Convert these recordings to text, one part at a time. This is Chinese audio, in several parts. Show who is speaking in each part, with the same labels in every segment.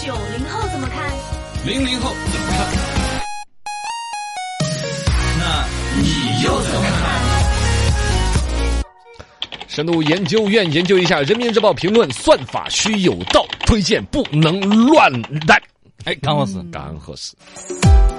Speaker 1: 九零后怎么看？
Speaker 2: 零零后怎么看？那你又怎么看？
Speaker 3: 深度研究院研究一下《人民日报》评论，算法需有道，推荐不能乱来。哎，
Speaker 2: 刚好是
Speaker 3: 刚合适。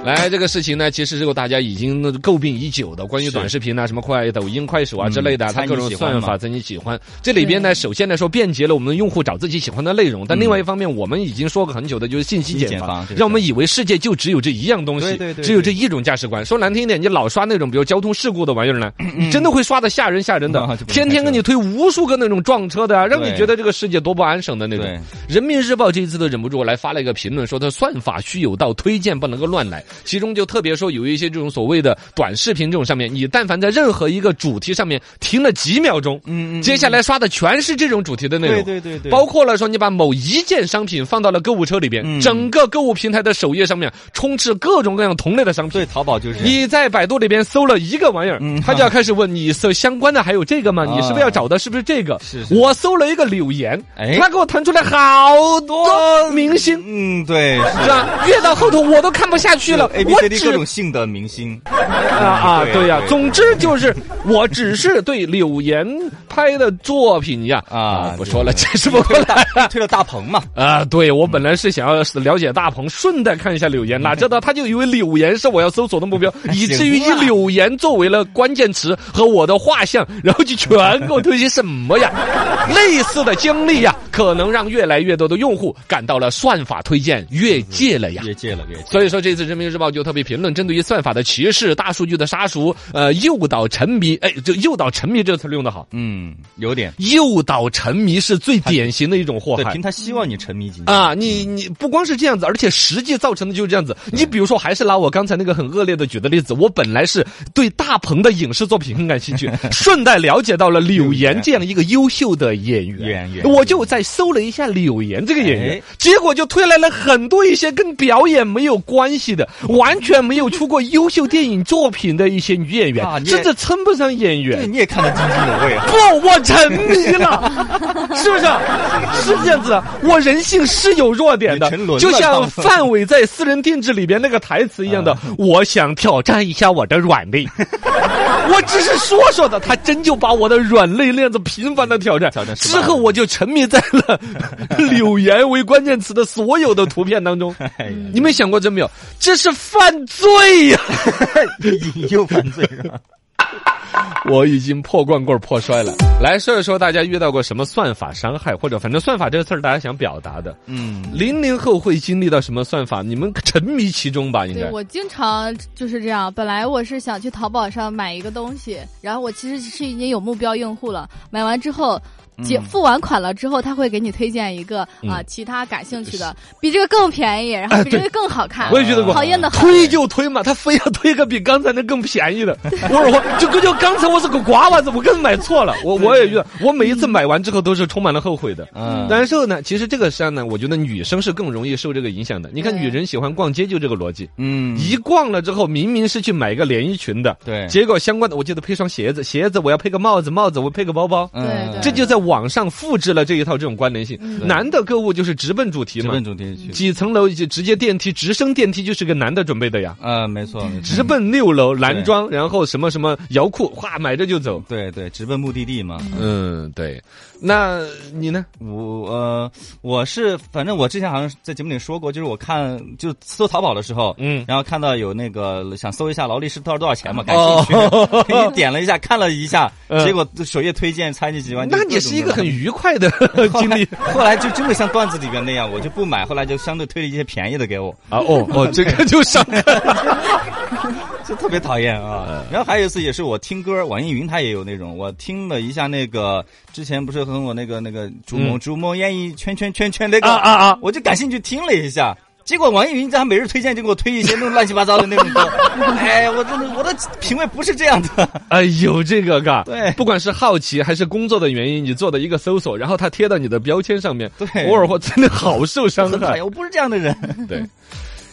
Speaker 3: 来，这个事情呢，其实这个大家已经诟病已久的，关于
Speaker 2: 是
Speaker 3: 短视频啊，什么快抖音、快手啊之类的，
Speaker 2: 嗯
Speaker 3: 它
Speaker 2: 猜
Speaker 3: 各
Speaker 2: 你
Speaker 3: 种
Speaker 2: 喜欢
Speaker 3: 算
Speaker 2: 嘛
Speaker 3: 法猜你喜欢。这里边呢，首先来说便捷了我们用户找自己喜欢的内容，但另外一方面，我们已经说过很久的就是信息
Speaker 2: 信息茧
Speaker 3: 茧房
Speaker 2: 房这，个
Speaker 3: 让我们以为世界就只有这一样东西
Speaker 2: 对对，对
Speaker 3: 只有这一种价值观。说难听一点，你老刷那种比如交通事故的玩意儿呢，
Speaker 2: 嗯
Speaker 3: 真的会刷的吓人吓人的
Speaker 2: 啊就，不能
Speaker 3: 天天
Speaker 2: 开车
Speaker 3: 跟你推无数个那种撞车的啊，让你
Speaker 2: 对
Speaker 3: 觉得这个世界多不安生的那种。
Speaker 2: 对
Speaker 3: 人民日报这一次都忍不住来发了一个评论，说它算法须有道，推荐不能够乱来。其中就特别说有一些这种所谓的短视频这种上面，你但凡在任何一个主题上面停了几秒钟，
Speaker 2: 嗯嗯
Speaker 3: 接下来刷的全是这种主题的内容。
Speaker 2: 对对对对，
Speaker 3: 包括了说你把某一件商品放到了购物车里边，
Speaker 2: 嗯
Speaker 3: 整个购物平台的首页上面充斥各种各样同类的商品。
Speaker 2: 对淘宝就是
Speaker 3: 你在百度里边搜了一个玩意儿，
Speaker 2: 嗯啊
Speaker 3: 他就要开始问你搜相关的还有这个吗？你是不是要找的是不是这个？
Speaker 2: 是是
Speaker 3: 我搜了一个柳岩，
Speaker 2: 哎
Speaker 3: 他给我弹出来好多明星，
Speaker 2: 嗯对
Speaker 3: 是吧？越到后头我都看不下去了，
Speaker 2: 嗯 A B
Speaker 3: 我
Speaker 2: C D
Speaker 3: 只
Speaker 2: 各种性的明星
Speaker 3: 啊啊，对呀、总之就是，我只是对柳岩拍的作品呀
Speaker 2: 啊
Speaker 3: 不说了，解释不过来。
Speaker 2: 推了大鹏嘛，
Speaker 3: 啊，对我本来是想要了解大鹏，顺带看一下柳 岩，哪知道他就以为柳岩是我要搜索的目标，
Speaker 2: 啊
Speaker 3: 以至于以柳岩作为了关键词和我的画像，然后就全给我推些什么 呀？类似的经历呀，可能让越来越多的用户感到了算法推荐越界了呀。
Speaker 2: 越界了越界，
Speaker 3: 所以说，这次人民日报就特别评论，针对于算法的歧视、大数据的杀熟，呃，诱导沉迷，哎，就诱导沉迷这个词儿用的好，
Speaker 2: 嗯有点
Speaker 3: 诱导沉迷是最典型的一种祸
Speaker 2: 对，
Speaker 3: 害
Speaker 2: 凭。他希望你沉迷进去，
Speaker 3: 啊，你你不光是这样子，而且实际造成的就是这样子。你比如说，还是拿我刚才那个很恶劣的举的例子，我本来是对大鹏的影视作品很感 兴趣，顺带了解到了柳岩这样一个优秀的演员，
Speaker 2: 演员
Speaker 3: 我就在搜了一下柳岩这个演员
Speaker 2: 哎，
Speaker 3: 结果就推来了很多一些跟表演没有关 系的，完全没有出过优秀电影作品的一些女演员
Speaker 2: 啊，你也
Speaker 3: 甚至称不上演员
Speaker 2: 对。你也看得津津有味 啊，
Speaker 3: 不，我沉迷 了，是不是？是这样子的，我人性是有弱点的
Speaker 2: 你沉沦，了
Speaker 3: 就像范伟在《私人定制》里边那个台词一样
Speaker 2: 啊
Speaker 3: 的，我想挑战一下我的软 肋。我只是说说的，他真就把我的软肋那样子频繁的挑战
Speaker 2: 挑战，失败
Speaker 3: 之
Speaker 2: 了
Speaker 3: 后我就沉迷在 了柳岩为关键词的所有的图片当中。
Speaker 2: 哎呀，
Speaker 3: 你们想过真没有？这是犯罪呀、
Speaker 2: 引诱犯罪是吧？
Speaker 3: 我已经破罐棍儿破摔了。来说一说大家遇到过什么算法伤害，或者反正算法这个词儿大家想表达的。
Speaker 2: 嗯，
Speaker 3: 零零后会经历到什么算法？你们沉迷其中吧，应
Speaker 4: 对
Speaker 3: 该。
Speaker 4: 我经常就是这样，本来我是想去淘宝上买一个东西，然后我其实是已经有目标用户了，买完之后。结付完款了之后，他会给你推荐一个啊、
Speaker 3: 嗯哎
Speaker 4: 其他感兴趣的，比这个更便宜，然后比这个更好看，
Speaker 3: 我也觉得过
Speaker 4: 讨厌的很。
Speaker 3: 推就推嘛，他非要推个比刚才那更便 宜的。我我就就刚才我是个瓜娃子，我更买错了。 我我也遇到，我每一次买完之后都是充满了后悔的。
Speaker 2: 嗯
Speaker 3: 但是呢，其实这个上呢，我觉得女生是更容易受这个影响的。你看，
Speaker 4: 对
Speaker 3: 女人喜欢逛街就这个逻辑。
Speaker 2: 嗯
Speaker 3: 一逛了之后，明明是去买一个连衣裙的，
Speaker 2: 对
Speaker 3: 结果相关的我记得配双鞋子，鞋子我要配个帽子，帽子我配个包包，
Speaker 2: 嗯
Speaker 4: 对对
Speaker 3: 这就在网上复制了这一套这种关联性。
Speaker 4: 嗯
Speaker 3: 男的购物就是直奔主题
Speaker 2: 直
Speaker 3: 嘛
Speaker 2: 奔，主题去，
Speaker 3: 几层楼就直接电梯，直升电梯就是个男的准备的呀，
Speaker 2: 啊，没错没错，
Speaker 3: 直奔六楼男装，然后什么什么摇裤，哗买着就走。
Speaker 2: 对对，直奔目的地嘛。
Speaker 3: 嗯，对，那你呢？
Speaker 2: 我呃，我是反正我之前好像是在节目里说过，就是我看就搜淘宝的时候，
Speaker 3: 嗯哦
Speaker 2: 然后看到有那个想搜一下劳力士多少多少钱嘛，感兴 趣，你点了一下，看了一下，
Speaker 3: 嗯
Speaker 2: 结果首页推荐参与几万，就
Speaker 3: 那你
Speaker 2: 各
Speaker 3: 是
Speaker 2: 种
Speaker 3: 一个
Speaker 2: 各
Speaker 3: 很
Speaker 2: 样
Speaker 3: 愉快 的经历
Speaker 2: 的。后来就真的像段子里边那样，我就不买，后来就相对推了一些便宜的给我，
Speaker 3: 啊！哦哦，这个就上
Speaker 2: 就特别讨厌
Speaker 3: 嗯
Speaker 2: 啊。然后还有一次也是我听歌，网易云它也有那种，我听了一下那个之前不是和我那个那个逐梦
Speaker 3: 嗯
Speaker 2: 逐梦演艺圈圈圈圈那个
Speaker 3: 啊啊啊！
Speaker 2: 我就感兴趣听了一下。结果网易云在他每日推荐就给我推一些那种乱七八糟的那种歌，哎，我真的我的品味不是这样的。
Speaker 3: 哎有这个嘎，
Speaker 2: 对
Speaker 3: 不管是好奇还是工作的原因，你做的一个搜索，然后它贴到你的标签上面，
Speaker 2: 对
Speaker 3: 偶尔会真的好受伤
Speaker 2: 很讨
Speaker 3: 害
Speaker 2: 厌，。我不是这样的人。
Speaker 3: 对，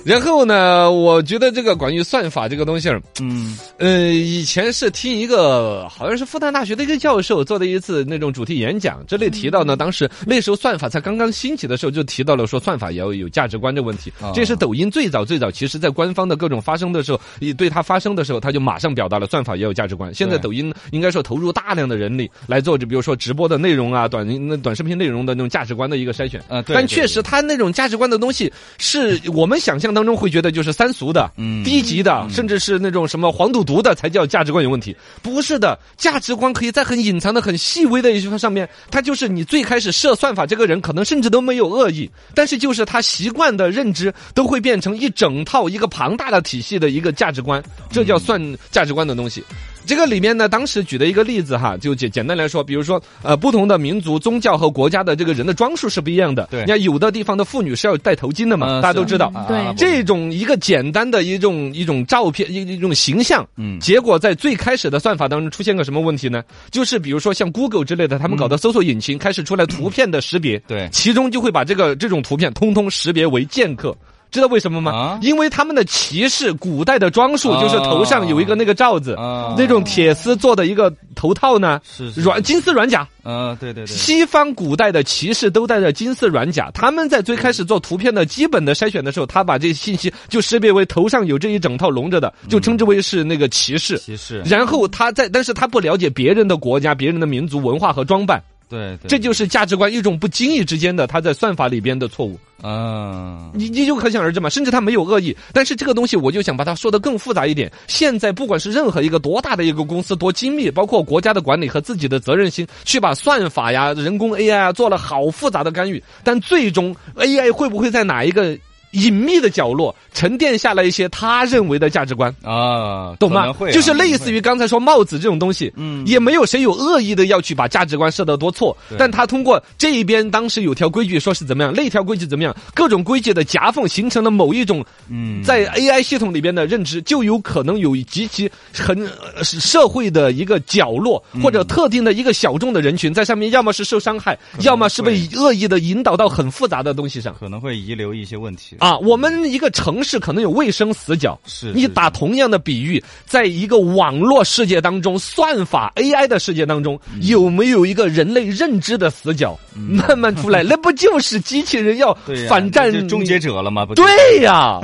Speaker 3: 然后呢，我觉得这个关于算法这个东西儿，
Speaker 2: 嗯
Speaker 3: 呃，以前是听一个好像是复旦大学的一个教授做的一次那种主题演讲，这里提到呢，
Speaker 2: 嗯
Speaker 3: 当时那时候算法才刚刚兴起的时候，就提到了说算法也要有价值观的问题
Speaker 2: 哦。
Speaker 3: 这也是抖音最早最早，其实在官方的各种发生的时候，也对它发生的时候，它就马上表达了算法也有价值观。现在
Speaker 2: 对
Speaker 3: 抖音应该说投入大量的人力来做，就比如说直播的内容啊，短那短视频内容的那种价值观的一个筛选。
Speaker 2: 啊，对对
Speaker 3: 但确实，他那种价值观的东西，是我们想象当中会觉得就是三俗的、
Speaker 2: 嗯
Speaker 3: 低级的，甚至是那种什么黄赌毒的才叫价值观有问题。不是的，价值观可以在很隐藏的、很细微的一些上面，他就是你最开始设算法这个人可能甚至都没有恶意，但是就是他习惯的认知都会变成一整套一个庞大的体系的一个价值观，这叫算价值观的东西。这个里面呢，当时举的一个例子哈，就简简单来说，比如说呃，不同的民族、宗教和国家的这个人的装束是不一样的。
Speaker 2: 对
Speaker 3: 你看有的地方的妇女是要戴头巾的嘛，
Speaker 2: 嗯
Speaker 3: 大家都知道。
Speaker 4: 嗯
Speaker 2: 啊
Speaker 4: 对
Speaker 2: 啊
Speaker 3: 这种一个简单的一种一种照片一一种形象，
Speaker 2: 嗯
Speaker 3: 结果在最开始的算法当中出现个什么问题呢？就是比如说像 Google 之类的，他们搞的搜索引擎开始出来图片的识别，
Speaker 2: 嗯对
Speaker 3: 其中就会把这个这种图片通通识别为剑客。知道为什么吗？
Speaker 2: 啊
Speaker 3: 因为他们的骑士古代的装束就是头上有一个那个罩子，
Speaker 2: 啊
Speaker 3: 那种铁丝做的一个头套呢，
Speaker 2: 是是
Speaker 3: 软金丝软甲，
Speaker 2: 嗯，对对对，
Speaker 3: 西方古代的骑士都戴着金丝软甲，他们在最开始做图片的基本的筛选的时候，他把这信息就识别为头上有这一整套笼着的，就称之为是那个骑士。
Speaker 2: 歧视，
Speaker 3: 然后他在，但是他不了解别人的国家、别人的民族文化和装扮，
Speaker 2: 对对，
Speaker 3: 这就是价值观一种不经意之间的他在算法里边的错误。
Speaker 2: 嗯
Speaker 3: 你你就可想而知嘛，甚至他没有恶意，但是这个东西我就想把它说的更复杂一点。现在不管是任何一个多大的一个公司，多精密，包括国家的管理和自己的责任心，去把算法呀、人工 AI 啊做了好复杂的干预，但最终 AI 会不会在哪一个隐秘的角落沉淀下来一些他认为的价值观？
Speaker 2: 啊，
Speaker 3: 懂
Speaker 2: 可
Speaker 3: 吗
Speaker 2: 能会？啊
Speaker 3: 就是类似于刚才说帽子这种东西，
Speaker 2: 嗯
Speaker 3: 也没有谁有恶意的要去把价值观设得多错
Speaker 2: 对，
Speaker 3: 但他通过这一边当时有条规矩说是怎么样，那条规矩怎么样，各种规矩的夹缝形成了某一种
Speaker 2: 嗯
Speaker 3: 在 AI 系统里边的认知，就有可能有极其很呃是社会的一个角落
Speaker 2: 嗯
Speaker 3: 或者特定的一个小众的人群在上面，要么是受伤害，
Speaker 2: 能
Speaker 3: 要么是被
Speaker 2: 会
Speaker 3: 恶意的引导到很复杂的东西上。
Speaker 2: 可能会遗留一些问题，
Speaker 3: 啊，我们一个城市可能有卫生死角，
Speaker 2: 是
Speaker 3: 你
Speaker 2: 是
Speaker 3: 打同样的比喻，在一个网络世界当中，算法 AI 的世界当中，
Speaker 2: 嗯
Speaker 3: 有没有一个人类认知的死角慢慢 出来？那不就是机器人要
Speaker 2: 对呀
Speaker 3: 反战
Speaker 2: 这就终结者了吗？不就，
Speaker 3: 对呀，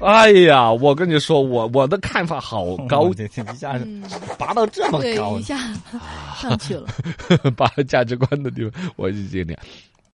Speaker 3: 哎呀，我跟你说，我我的看法好高
Speaker 2: 我，的 天一下子
Speaker 4: 嗯，
Speaker 2: 拔到这么
Speaker 3: 啊
Speaker 4: 对，
Speaker 2: 高
Speaker 4: 一，下上去了。
Speaker 3: 把价值观的地方，我就尽量。